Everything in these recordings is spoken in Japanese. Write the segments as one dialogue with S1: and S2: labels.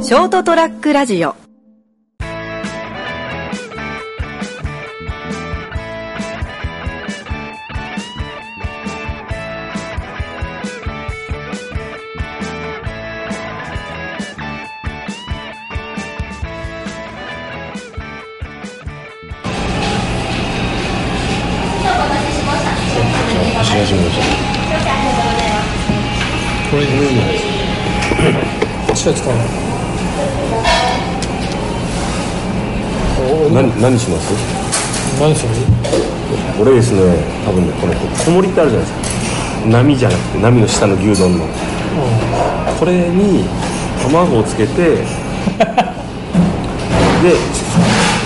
S1: ショートトラックラジオ
S2: これいいね
S3: 使う使うお
S2: 何何します
S3: 何する
S2: 俺ですね多分ねこの小盛りってあるじゃないですか波じゃなくて波の下の牛丼のこれに卵をつけてで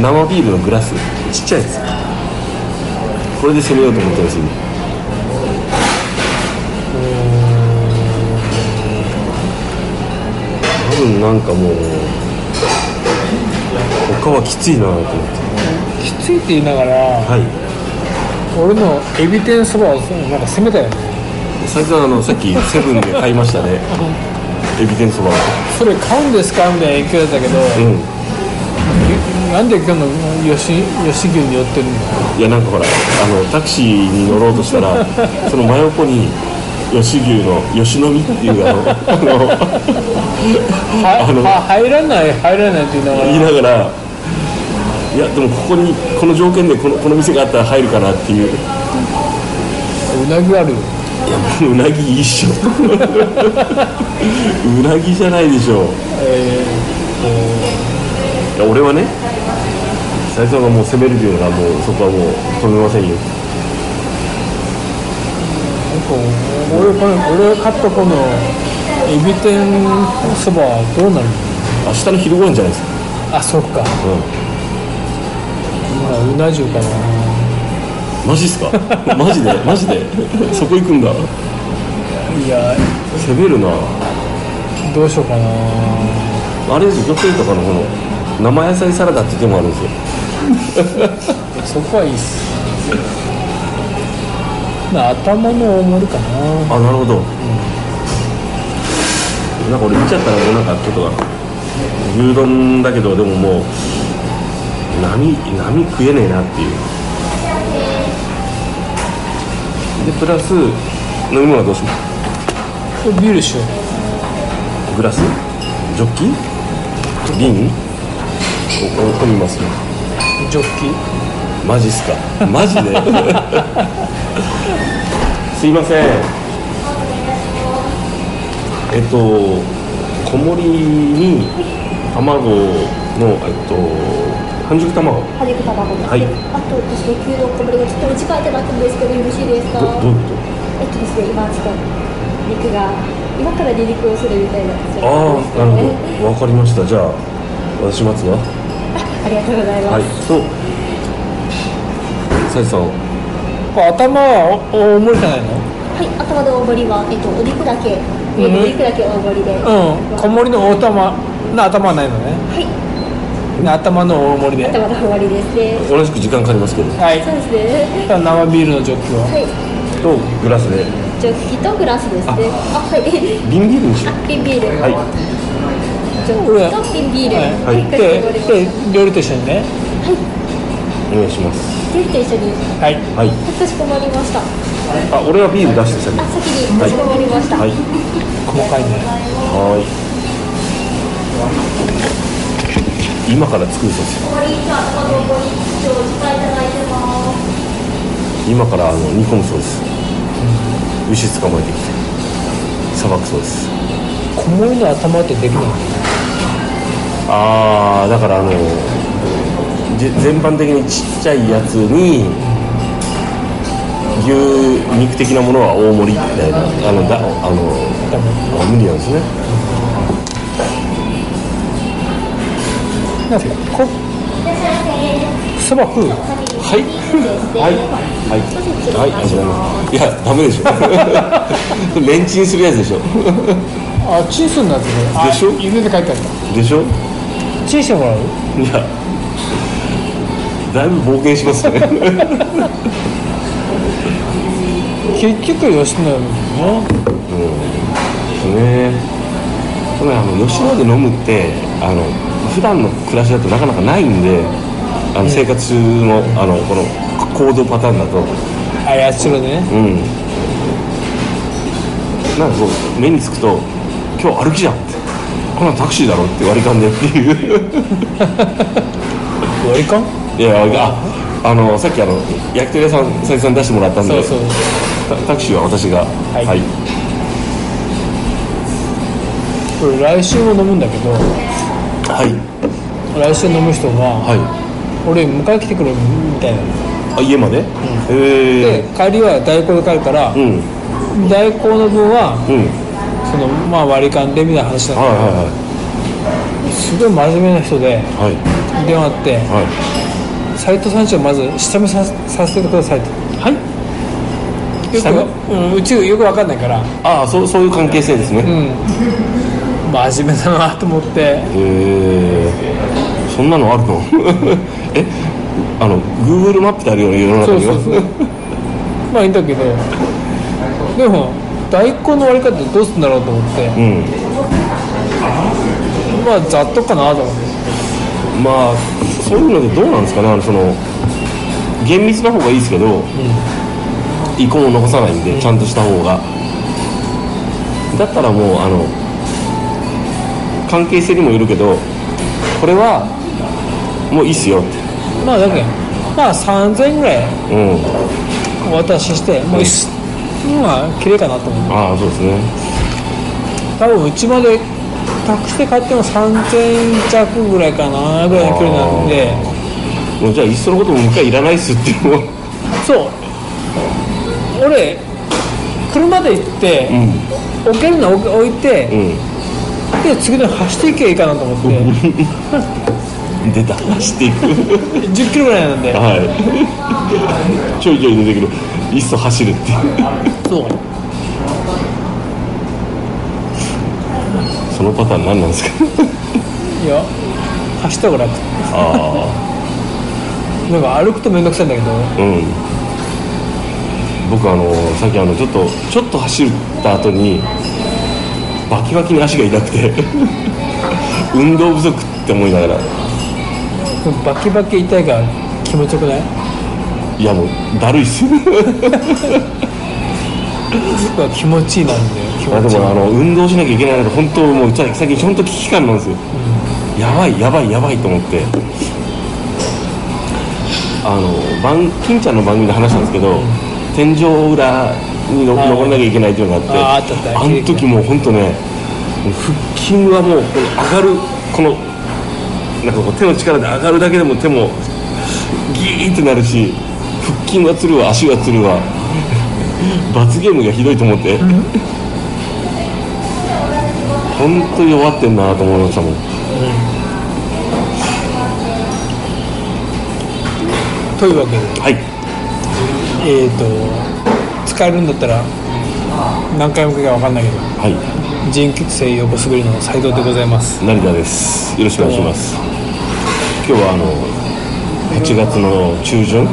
S2: 生ビールのグラスちっちゃいですこれで攻めようと思ってます今多分なんかもう他はきついなと思って
S3: きついって言いながら
S2: はい
S3: 俺のエビ天そばをなんか攻めたよね
S2: 最初はあのさっきセブンで買いましたねエビ天そば
S3: それ買うんですかみたいな勢いだったけど、
S2: うん
S3: なんで今日の吉吉牛に寄ってるんだ
S2: いやなんかほらあのタクシーに乗ろうとしたらその真横に吉牛の吉野美っていうあのあの
S3: は
S2: あの
S3: は入らない入らないって言いながら
S2: 言いながらいやでもここにこの条件でこのこの店があったら入るかなっていういう
S3: なぎあるよ
S2: やもううなぎ一緒うなぎじゃないでしょう
S3: え
S2: いや俺はね最初がもう攻めるというのがもうそこはもう止めませんよ
S3: ー、なんか俺これ俺が買ったこのエビ天そばはどうなるの
S2: 明日の昼ご飯じゃないですか
S3: あそっ
S2: う
S3: か
S2: ん
S3: まあうな重かな
S2: マジっすかマジでマジでそこ行くんだ
S3: いや
S2: 攻めるな
S3: どうしようかな
S2: あれですよ女性とかのこの生野菜サラダって手もあるんですよ
S3: そこはいいっすまあ頭の大盛りかな
S2: あなるほど、なんか俺見ちゃったらもうなんかちょっと牛丼だけどでももう波波食えねえなっていうでプラス飲み物はどうします
S3: これビールしよう
S2: グラスジョッキ瓶おお込みますよ
S3: ジョッキ
S2: マ ジっすかマジですいませんえっと小盛りに卵のえっと半熟卵
S4: はじくタバコです、
S2: はい
S4: あとですね、牛丼小盛りがちょっと短い手だったんですけど、よろしいですか。
S2: どどういうこ
S4: えっとですね、今ちょっと肉が、今から離陸をするみたいな。
S2: とああなるほどわかりましたじゃあ私待つわは
S4: ありがとうございます。
S2: いそうサイさん
S3: これ頭はお大盛りじゃないの
S4: はい、頭の大盛りは、えっと、お肉だ
S3: ん
S4: け、お肉だけ大盛りで。
S3: うん、小盛りの大玉の頭はないのね。
S4: はい、
S3: ね頭の大盛りで。
S4: 頭の大盛りですね。
S2: 同じく時間かかりますけど
S3: はい。
S4: そうですね。
S3: 生ビールのジョッキを。
S4: はい、
S2: とグラスで
S4: ジョッキとグラスですね。あ、はい、
S2: 瓶ビールにしよう
S4: 瓶ビール。
S2: はい
S4: ジョッキと瓶ビール。
S3: はい
S4: はい、かしこまりま
S3: で、
S4: し
S3: で、料理と一緒にね。
S2: お願いします
S4: た。ビールと一緒に、
S3: はい。
S2: はい
S4: かしこまりました。
S2: あ俺はビール出して先
S4: あ、先にかしこまりました。
S2: はい
S3: 細かいね。
S2: はーい今から作るそうですよ今からあの煮込むそうです牛捕まえてきてさばくそうです
S3: 小盛りの頭ってできない。
S2: ああだからあのぜ全般的にちっちゃいやつに牛肉的なものは大盛りみたいなあのだあの
S3: 多分
S2: あ無理なんですね
S3: なんか、こ。そば食う。
S2: はいはいはいはいありがとうございますいやダメでしょ レンチンするやつでしょ
S3: あ、チンするんだってね。
S2: でしょ
S3: あ入れて書いてあっ
S2: でしょ
S3: た。チンしてもらう。
S2: いやだいぶ冒険しますね
S3: 結局吉野家なのね。
S2: ねえねあの吉野で飲むってあの普段の暮らしだとなかなかないんであの生活のあのこの行動パターンだと
S3: あれあっちのね
S2: うんなんかこう目につくと「今日歩きじゃん」って「こんなんタクシーだろ」って割り勘でっていう
S3: 割り勘
S2: いやああのさっきあの焼き鳥屋さん佐々木さん出してもらったんで
S3: そうそう
S2: タタクシーは私がはいはい、
S3: これ来週も飲むんだけど
S2: はい
S3: 来週飲む人は
S2: はい
S3: 俺迎え来てくれるみたいなの
S2: あ家まで、
S3: で
S2: へえ
S3: 帰りは代行で帰るから
S2: うん
S3: 代行の分は
S2: うん
S3: そのまあ割り勘でみたいな話だ
S2: は
S3: か
S2: い
S3: ら
S2: は
S3: すごい真面目な人で
S2: いはいはい
S3: 電話あって
S2: はい
S3: 「斎藤さんちをまず下見ささせてください」と
S2: はい
S3: よ
S2: 下見
S3: く、うん、うちよくわかんないから
S2: ああそうそういう関係性ですね、
S3: う
S2: へ
S3: ん真面目だなと思って
S2: えそんなのあるの えあの Google マップであるような世の中
S3: そう
S2: には
S3: そうそうまあいいんだけどでも大根の割り方どうするんだろうと思って
S2: うん
S3: まあざっとかなと思って
S2: まあそういうのでどうなんですかねあのその厳密な方がいいですけど、遺恨を残さないんでちゃんとした方がだったらもうあの関係性にもよるけどこれはもういいっすよって
S3: まあだけどまあ3000円ぐらい
S2: うん
S3: お渡ししてもういいっすまあ綺麗かなと思って
S2: ああそうですね
S3: 多分うちまでタクシーで買っても3000円弱ぐらいかなぐらいの距離なんで
S2: もうじゃあいっそのこともう一回いらないっすっていうのを
S3: そう俺車で行って、置けるのは置置いて、
S2: うん、
S3: で次の走っていけばいいかなと思って
S2: うん、出た走っていく
S3: 10キロぐらいなんで
S2: はいちょいちょい出てくるいっそ走るっていう
S3: そう
S2: そのパターン何なんですか
S3: いや走った方が楽
S2: あ
S3: なんか歩くと面倒くさいんだけど
S2: あうん僕あのさっきあのちょっとちょっと走った後にバキバキに足が痛くて 運動不足って思いながら
S3: バキバキ痛いから気持ちよくない
S2: いやもうだるいっす
S3: 僕は気持ちいいなんで気
S2: あ
S3: 持ち
S2: で
S3: いい
S2: もあの運動しなきゃいけないので本当もう最近本当危機感なんですよ、やばいやばいやばいと思ってあの番金ちゃんの番組で話したんですけど、天井裏にの
S3: あー
S2: 登らなきゃいけないっていうのがあって
S3: あーあったあった
S2: の時もう本当ねもう腹筋はもうこの上がるこのなんかこう手の力で上がるだけでも手もギーってなるし腹筋はつるわ足はつるわ罰ゲームがひどいと思って、本当に弱ってんなと思いましたもん
S3: というわけで
S2: はい
S3: えっ、ー、と使えるんだったら何回もかわかんないけど
S2: はい
S3: 人気性横滑りの斉藤でございます
S2: 成田ですよろしくお願いします今日はあの8月の中旬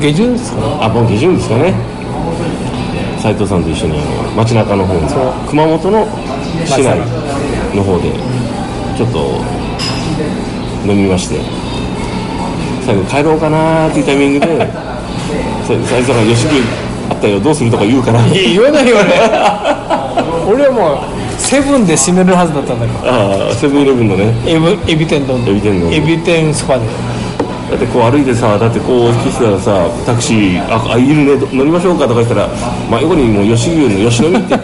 S3: 下旬ですか
S2: あもう下旬ですかね斉藤さんと一緒にあの街中の方に
S3: そう
S2: 熊本の市内
S3: ま
S2: の方でちょっと飲みまして最後帰ろうかなーっていうタイミングでそう斉藤さんが「吉木あったよどうする?」とか言うから
S3: いや言わないよ俺俺はもうセブンで締めるはずだったんだから
S2: ああセブンイレブンのね
S3: エビエビ天丼
S2: エビ天丼
S3: エビ天そばで
S2: だってこう歩いてさだってこう来てたらさタクシーああいるねど乗りましょうかとか言ったら真横にもう吉牛の吉 野見って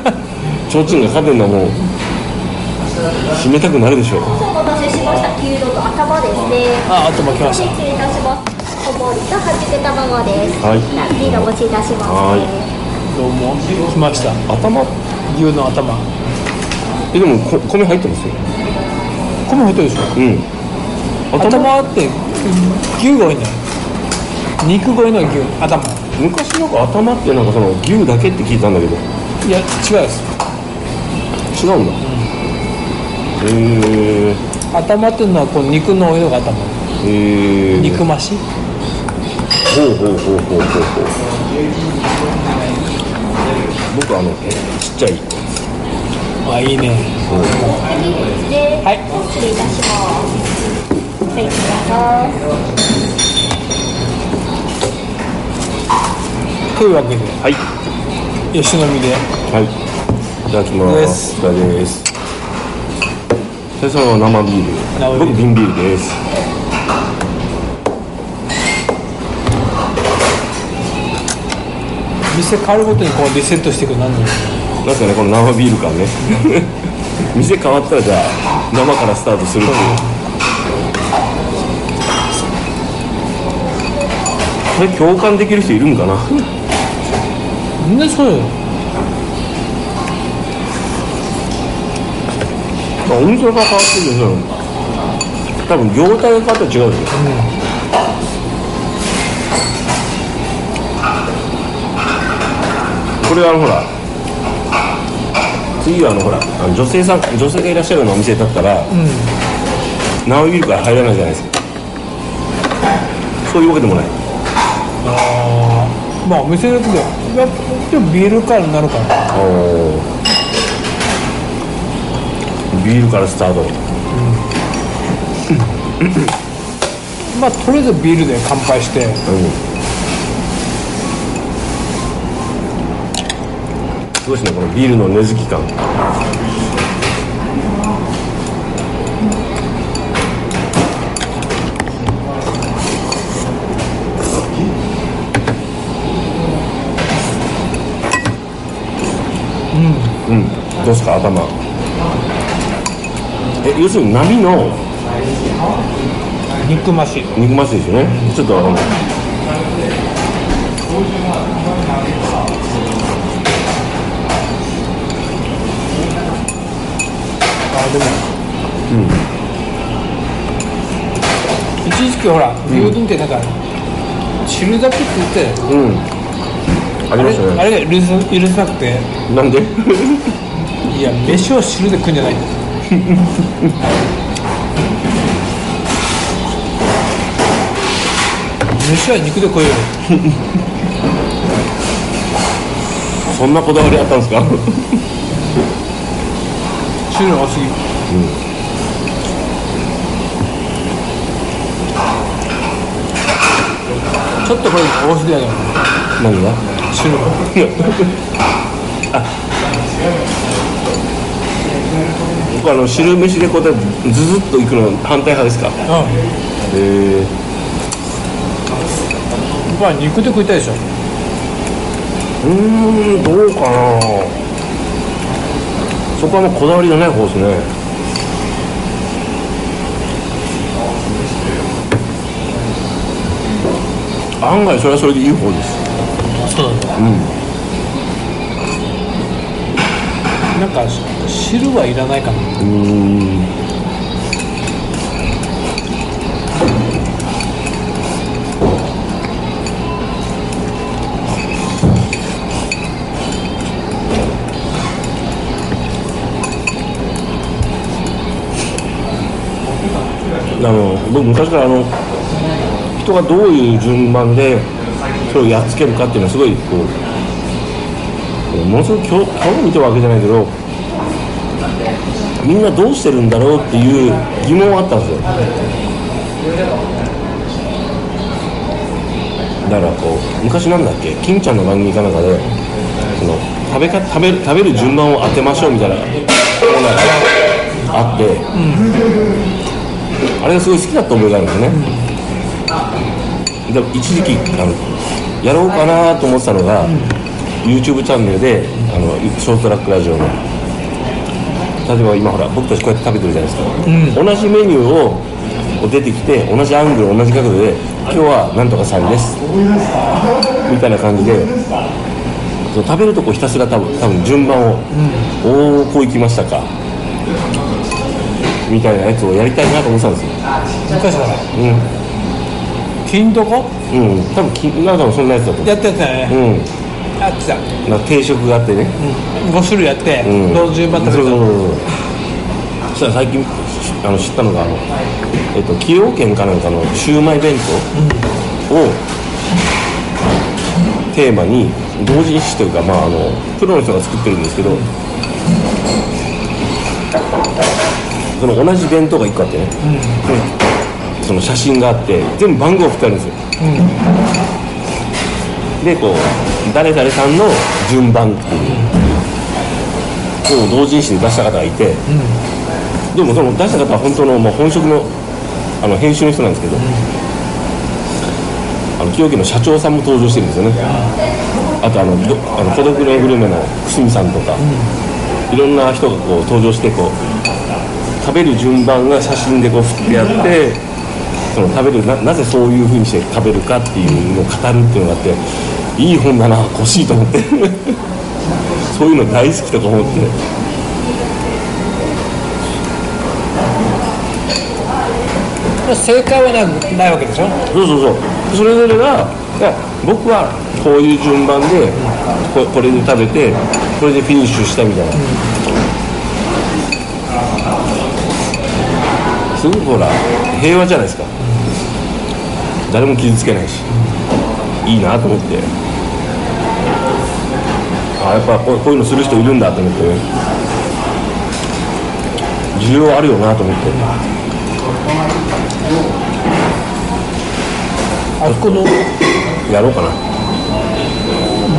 S2: 提灯がかかってんのはもう閉めたくなるでしょ
S1: お待たせしました。牛丼と頭ですね。
S3: ああと巻きまし
S1: 失
S3: た
S1: 礼いたします。小盛りと八手卵です。
S2: はい
S1: 次お持ちいたします。
S2: は
S3: どうも来ました
S2: 頭
S3: 牛の頭
S2: えでもこ米入ってますよ
S3: 米入ってるでしょ
S2: うん
S3: 頭って牛が多いんだよ肉越えの牛頭
S2: 昔なんか頭ってなんかその牛だけって聞いたんだけど
S3: いや違うです
S2: 違うんだへえ
S3: 頭っていうのはこう肉の多いのが
S2: へ
S3: 頭
S2: え
S3: 肉増し
S2: ほうほうほうほうほうほう僕あのちっちゃい
S3: あいいね
S2: うん
S1: 次で、
S3: はい
S1: 失礼いたします。はい、いきます。
S3: というわけで
S2: はい
S3: 吉野美で
S2: はいいただきます
S3: です
S2: いただきです最初は生ビール
S3: 生ビール
S2: 僕瓶ビールです
S3: 店変わるごとにこうリセットしていく何人
S2: なんですかねこの生ビール感ね 店変わったらじゃあ生からスタートするっていうこれ共感できる人いるんかな
S3: みんなそうよ
S2: まあ、お店が変わってるんですよ多分業態が変わったら違うよね、これあのほら次はあのほらあの女性さん女性がいらっしゃるようなお店だったら、生ビールから入らないじゃないですかそういうわけでもない
S3: あーまあお店の時はやっぱビールからになるから
S2: おービールからスタート
S3: まあとりあえずビールで乾杯して
S2: すごいですねこのビールの根付き感うん、どうですか頭え要するに波の
S3: 肉増し
S2: 肉ましいですよねちょっとあの
S3: あでもうん一時期ほら牛丼ってなんか汁だけって言って
S2: うんありました
S3: あ
S2: ね
S3: れあれが許せ許せなくて
S2: なんで
S3: いや飯を汁で食うんじ ゃないんだ飯は肉で食えよ
S2: そんなこだわりあったんですか
S3: 汁多すぎちょっとこれ多すぎだけど
S2: 何が
S3: 汁が
S2: 僕あの汁飯でこうやってズズッといくの反対派ですかへ
S3: うん
S2: え
S3: まあ肉で食いたいでしょ
S2: うーんどうかなそこはもうこだわりがない方ですね案外それはそれでいい方です
S3: そうなんだうんなんか汁はいらないかな
S2: あの僕昔からあの人がどういう順番でそれをやっつけるかっていうのはすごいこうものすごく興興味見てるわけじゃないけどみんなどうしてるんだろうっていう疑問はあったんですよだからこう昔なんだっけ金ちゃんの番組かなんかでその食べか食べ食べる順番を当てましょうみたいなコーナーがあって、あれがすごい好きだった思いがあるんですね、でも一時期あのやろうかなと思ってたのが、YouTube チャンネルであのショートトラックラジオの例えば今ほら僕たちこうやって食べてるじゃないですか、同じメニューをこう出てきて同じアングル同じ角度で今日はなんとかさんですみたいな感じでその食べるとこひたすら多分多分順番を、おおこう行きましたかみたいなやつをやりたいなと思ってたんですよ
S3: 昔から
S2: うん
S3: 金床
S2: うん、多分きなんかもそんなやつだと思
S3: やってた
S2: う。
S3: ね、
S2: うん、
S3: やってた、う
S2: なんか定食があってね。
S3: ん、5種類やって、
S2: うん。
S3: どの順番食
S2: そ
S3: べ
S2: う
S3: た
S2: そうそうそう。そしたら最近しあの知ったのがあのえっと崎陽軒かなんかのシウマイ弁当をテーマに同人誌というかまああのプロの人が作ってるんですけど。その同じ弁当が1個あってね、その写真があって全部番号振ってあるんですよ、でこう誰々さんの順番っていう、でも同人誌で出した方がいて、でもその出した方は本当のもう本職のあの編集の人なんですけど、あの崎陽軒の社長さんも登場してるんですよね、あとあのどあの孤独のグルメの久住さんとか、いろんな人がこう登場してこう食べる順番が写真でこう振ってあってその食べるななぜそういうふうにして食べるかっていうのを語るっていうのがあっていい本だな欲しいと思って そういうの大好きとか思って。
S3: 正解はないないわけでしょ
S2: そうそうそうそれぞれがいや僕はこういう順番でここれで食べてこれでフィニッシュしたみたいな、すごくほら平和じゃないですか誰も傷つけないしいいなと思ってあやっぱこうこういうのする人いるんだと思って需要あるよなと思って
S3: あそこの
S2: やろうかな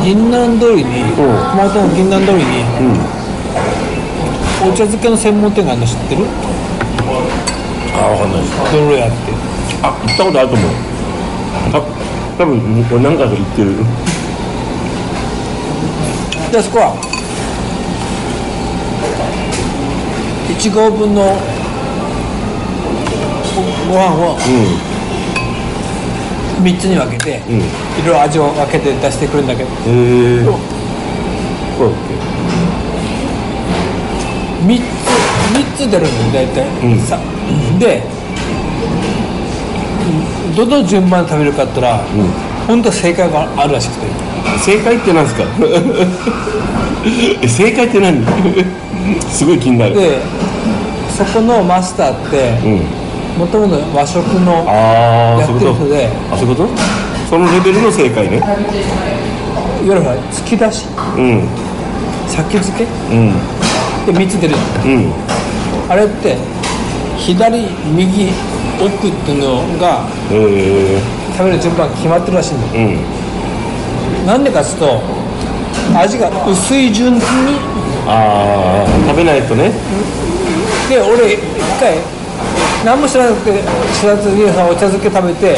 S3: 銀杏通りに
S2: うん
S3: 熊本の銀杏通りに
S2: うん
S3: お茶漬けの専門店があるの知ってる
S2: あ分かんないです
S3: ドロ屋って
S2: あ、行ったことあると思う。た、多分、これ何回か行ってる。
S3: でそこは1合分のごご飯を3つに分けて、
S2: うん、うん、
S3: いろいろ味を分けて出してくるんだけど
S2: へえー。そうだっ
S3: 3つ三つ出るんだよ大体、
S2: うん
S3: さでどの順番で食べるかって言ったら、
S2: ん
S3: 本当は正解があるらしくて
S2: け。正解ってなん ですか。え正解って何。すごい気になる。
S3: でそこのマスターって
S2: うん。
S3: もともと和食の
S2: ああ、
S3: や
S2: そ
S3: っ
S2: う
S3: て
S2: い
S3: る
S2: うこ
S3: 人
S2: と。
S3: で
S2: あ、そういうこと。そのレベルの正解ね。
S3: いわゆるほら突き出し
S2: うん。
S3: 先漬け
S2: うん。
S3: で3つ出るじ
S2: う
S3: ゃん
S2: ん。
S3: あれって左右奥っていうのが
S2: え
S3: 食べる順番が決まってるらしいんだよ
S2: えー。うん。
S3: なんでかっつうと味が薄い順に
S2: ああ、食べないとね。
S3: で俺一回何も知らなくて知らずにそのお茶漬け食べて、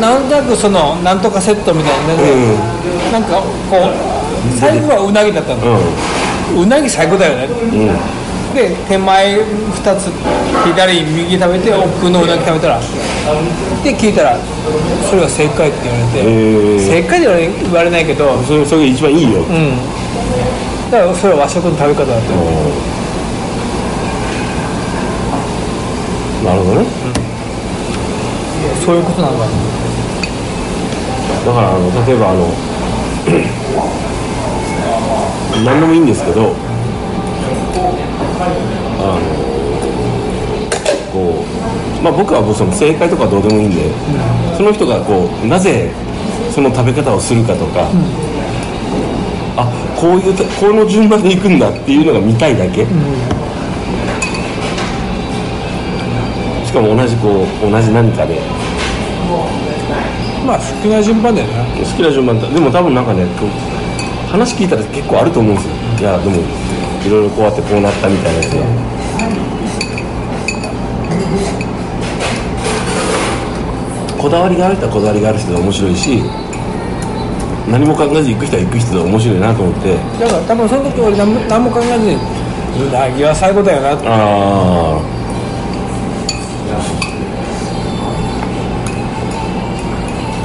S3: なん、なんとなくそのなんとかセットみたいなので、なんかこう最後はうなぎだった
S2: う
S3: の、
S2: ん。
S3: うなぎ最高だよね、
S2: うん。
S3: で手前2つ左右食べて奥のうなぎ食べたらで聞いたらそれが正解って言
S2: へ
S3: われて、
S2: ー
S3: 正解では言われないけどうん
S2: それ、それが一番いいよ。
S3: だからそれは和食の食べ方だと
S2: なるほどね。
S3: そういうことなんだ
S2: だからあの例えばあの 何でもいいんですけどあのこう、まあ、僕はもうその正解とかどうでもいいんで、その人がこうなぜその食べ方をするかとか、あこういうたこの順番で行くんだっていうのが見たいだけ、しかも同じこう同じ何かで。
S3: まあ好きな順番だよね
S2: 好きな順番だでも多分なんかねこう話聞いたら結構あると思うんですよいやでもいろいろこうやってこうなったみたいなやつがこだわりがある人はこだわりがある人で面白いし何も考えず行く人は行く人で面白いなと思って
S3: だから多分その時俺何も何も考えずにうなぎは最高だよなって
S2: ああ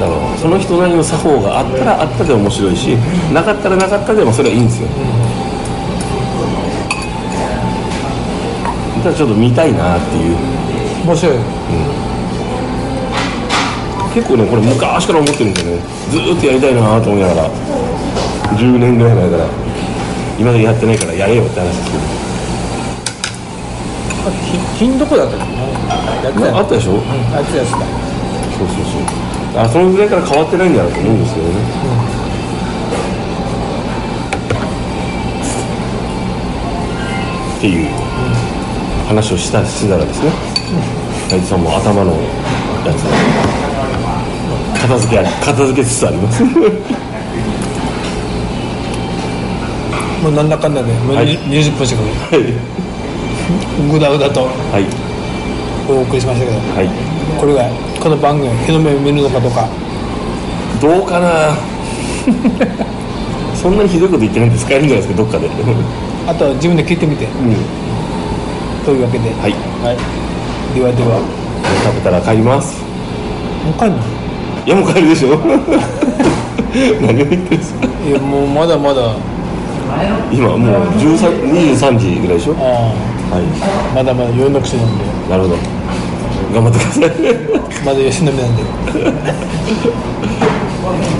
S2: だからその人なりの作法があったらあったで面白いしなかったらなかったでもそれはいいんですよただちょっと見たいなっていう
S3: 面白い
S2: 結構ねこれ昔から思ってるんですよねずーっとやりたいなと思いながら10年ぐらい前から今までやってないからやれよって話ですけど
S3: あき金どこだったっけやってたよ
S2: あったでしょ、
S3: うんやってたやつだ
S2: そうそうそうあそのぐらいから変わってないんだろうと思うんですけどね、っていう、話をしたしてたらですね斉藤さんも頭のやつを片付けあり片付けつつあります
S3: もうなんだかんだで、もう
S2: はい
S3: 20分しかない
S2: は
S3: ぐだぐだと
S2: い
S3: お送りしましたけど
S2: はい
S3: これがこの番組の日の目を見るのかどうか
S2: どうかな そんなにひどいこと言ってるんですかいいんじゃないですかどっかで
S3: あとは自分で聞いてみて
S2: うん
S3: というわけでは
S2: はい
S3: はい、ではでは
S2: 食べたら帰ります
S3: もう帰んの
S2: いやもう帰るでしょ 何を言ってるんですか
S3: いやもうまだまだ
S2: 今もう13 23時ぐらいでしょ
S3: あ
S2: は
S3: あまだまだ夜の口なんで
S2: いなるほど頑張ってくださ
S3: まだ吉信なんで
S2: い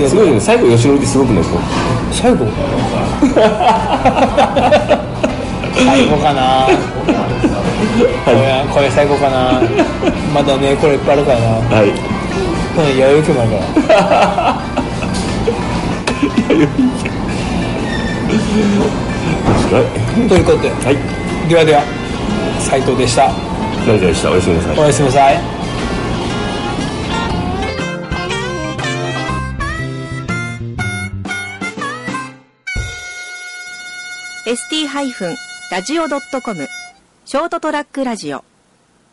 S2: すごいね最後吉野ってすごくないですか
S3: 最後最後かなこれこれ最後かなまだねこれいっぱいあるからな
S2: はい
S3: この弥生家もあるから
S2: は
S3: ということで
S2: いはい
S3: ではでは斉藤でした
S2: 何々でしたおやすみなさい
S3: おやすみなさい
S5: ST-radio.com ショートトラックラジオ